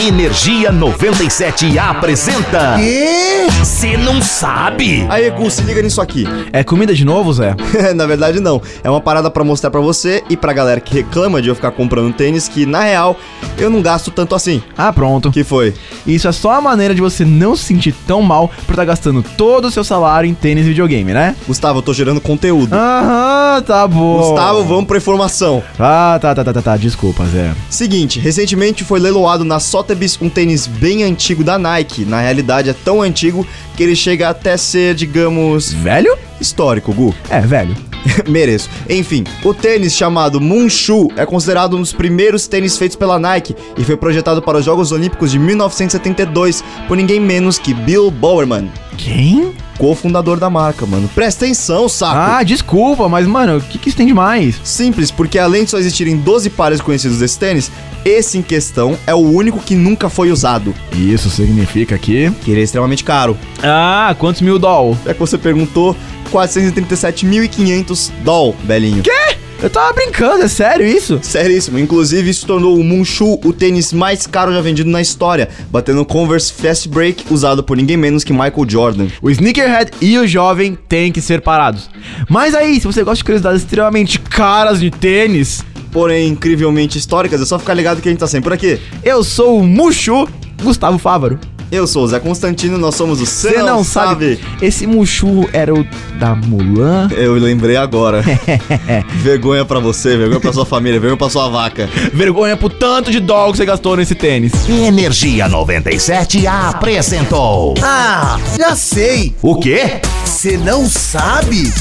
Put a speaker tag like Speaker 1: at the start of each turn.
Speaker 1: Energia 97 apresenta.
Speaker 2: Quê?
Speaker 1: Você não sabe?
Speaker 2: Aí, Gu, se liga nisso aqui.
Speaker 3: É comida de novo, Zé?
Speaker 2: na verdade, não. É uma parada pra mostrar pra você e pra galera que reclama de eu ficar comprando tênis que, na real, eu não gasto tanto assim.
Speaker 3: Ah, pronto.
Speaker 2: Que foi?
Speaker 3: Isso é só a maneira de você não se sentir tão mal por estar gastando todo o seu salário em tênis e videogame, né?
Speaker 2: Gustavo, eu tô gerando conteúdo.
Speaker 3: Ah, Aham, tá bom.
Speaker 2: Gustavo, vamos pra informação.
Speaker 3: Ah, tá, tá, tá, tá, tá. Desculpa, Zé.
Speaker 2: Seguinte, recentemente foi leiloado na Sotheby's um tênis bem antigo da Nike. Na realidade, é tão antigo que ele chega até ser, digamos,
Speaker 3: Velho?
Speaker 2: histórico, Gu.
Speaker 3: É, velho.
Speaker 2: Mereço. Enfim, o tênis chamado Munshu é considerado um dos primeiros tênis feitos pela Nike e foi projetado para os Jogos Olímpicos de 1972 por ninguém menos que Bill Bowerman,
Speaker 3: Quem?
Speaker 2: cofundador da marca, mano. Presta atenção, saco!
Speaker 3: Ah, desculpa, mas, mano, o que, que isso tem de mais?
Speaker 2: Simples, porque além de só existirem 12 pares conhecidos desse tênis, esse em questão é o único que nunca foi usado,
Speaker 3: Isso significa que.
Speaker 2: que ele é extremamente caro.
Speaker 3: Ah, quantos mil doll?
Speaker 2: É que você perguntou, 437.500 doll, belinho.
Speaker 3: Quê? Eu tava brincando, é sério isso?
Speaker 2: Seríssimo, inclusive isso tornou o Munshu o tênis mais caro já vendido na história, batendo o Converse Fast Break usado por ninguém menos que Michael Jordan.
Speaker 3: O sneakerhead e o jovem têm que ser parados. Mas aí, se você gosta de curiosidades extremamente caras de tênis,
Speaker 2: Porém, incrivelmente históricas, é só ficar ligado que a gente tá sempre por aqui.
Speaker 3: eu sou o Muxu Gustavo Fávaro.
Speaker 2: Eu sou o Zé Constantino, nós somos o Cê
Speaker 3: Você não, sabe. Esse Muxu era o da Mulan?
Speaker 2: Eu lembrei agora. vergonha pra você, vergonha pra sua família, vergonha pra sua vaca.
Speaker 3: Vergonha pro tanto de dólar que você gastou nesse tênis.
Speaker 1: Energia 97 apresentou.
Speaker 4: Ah, já sei.
Speaker 1: O quê?
Speaker 4: Você não sabe?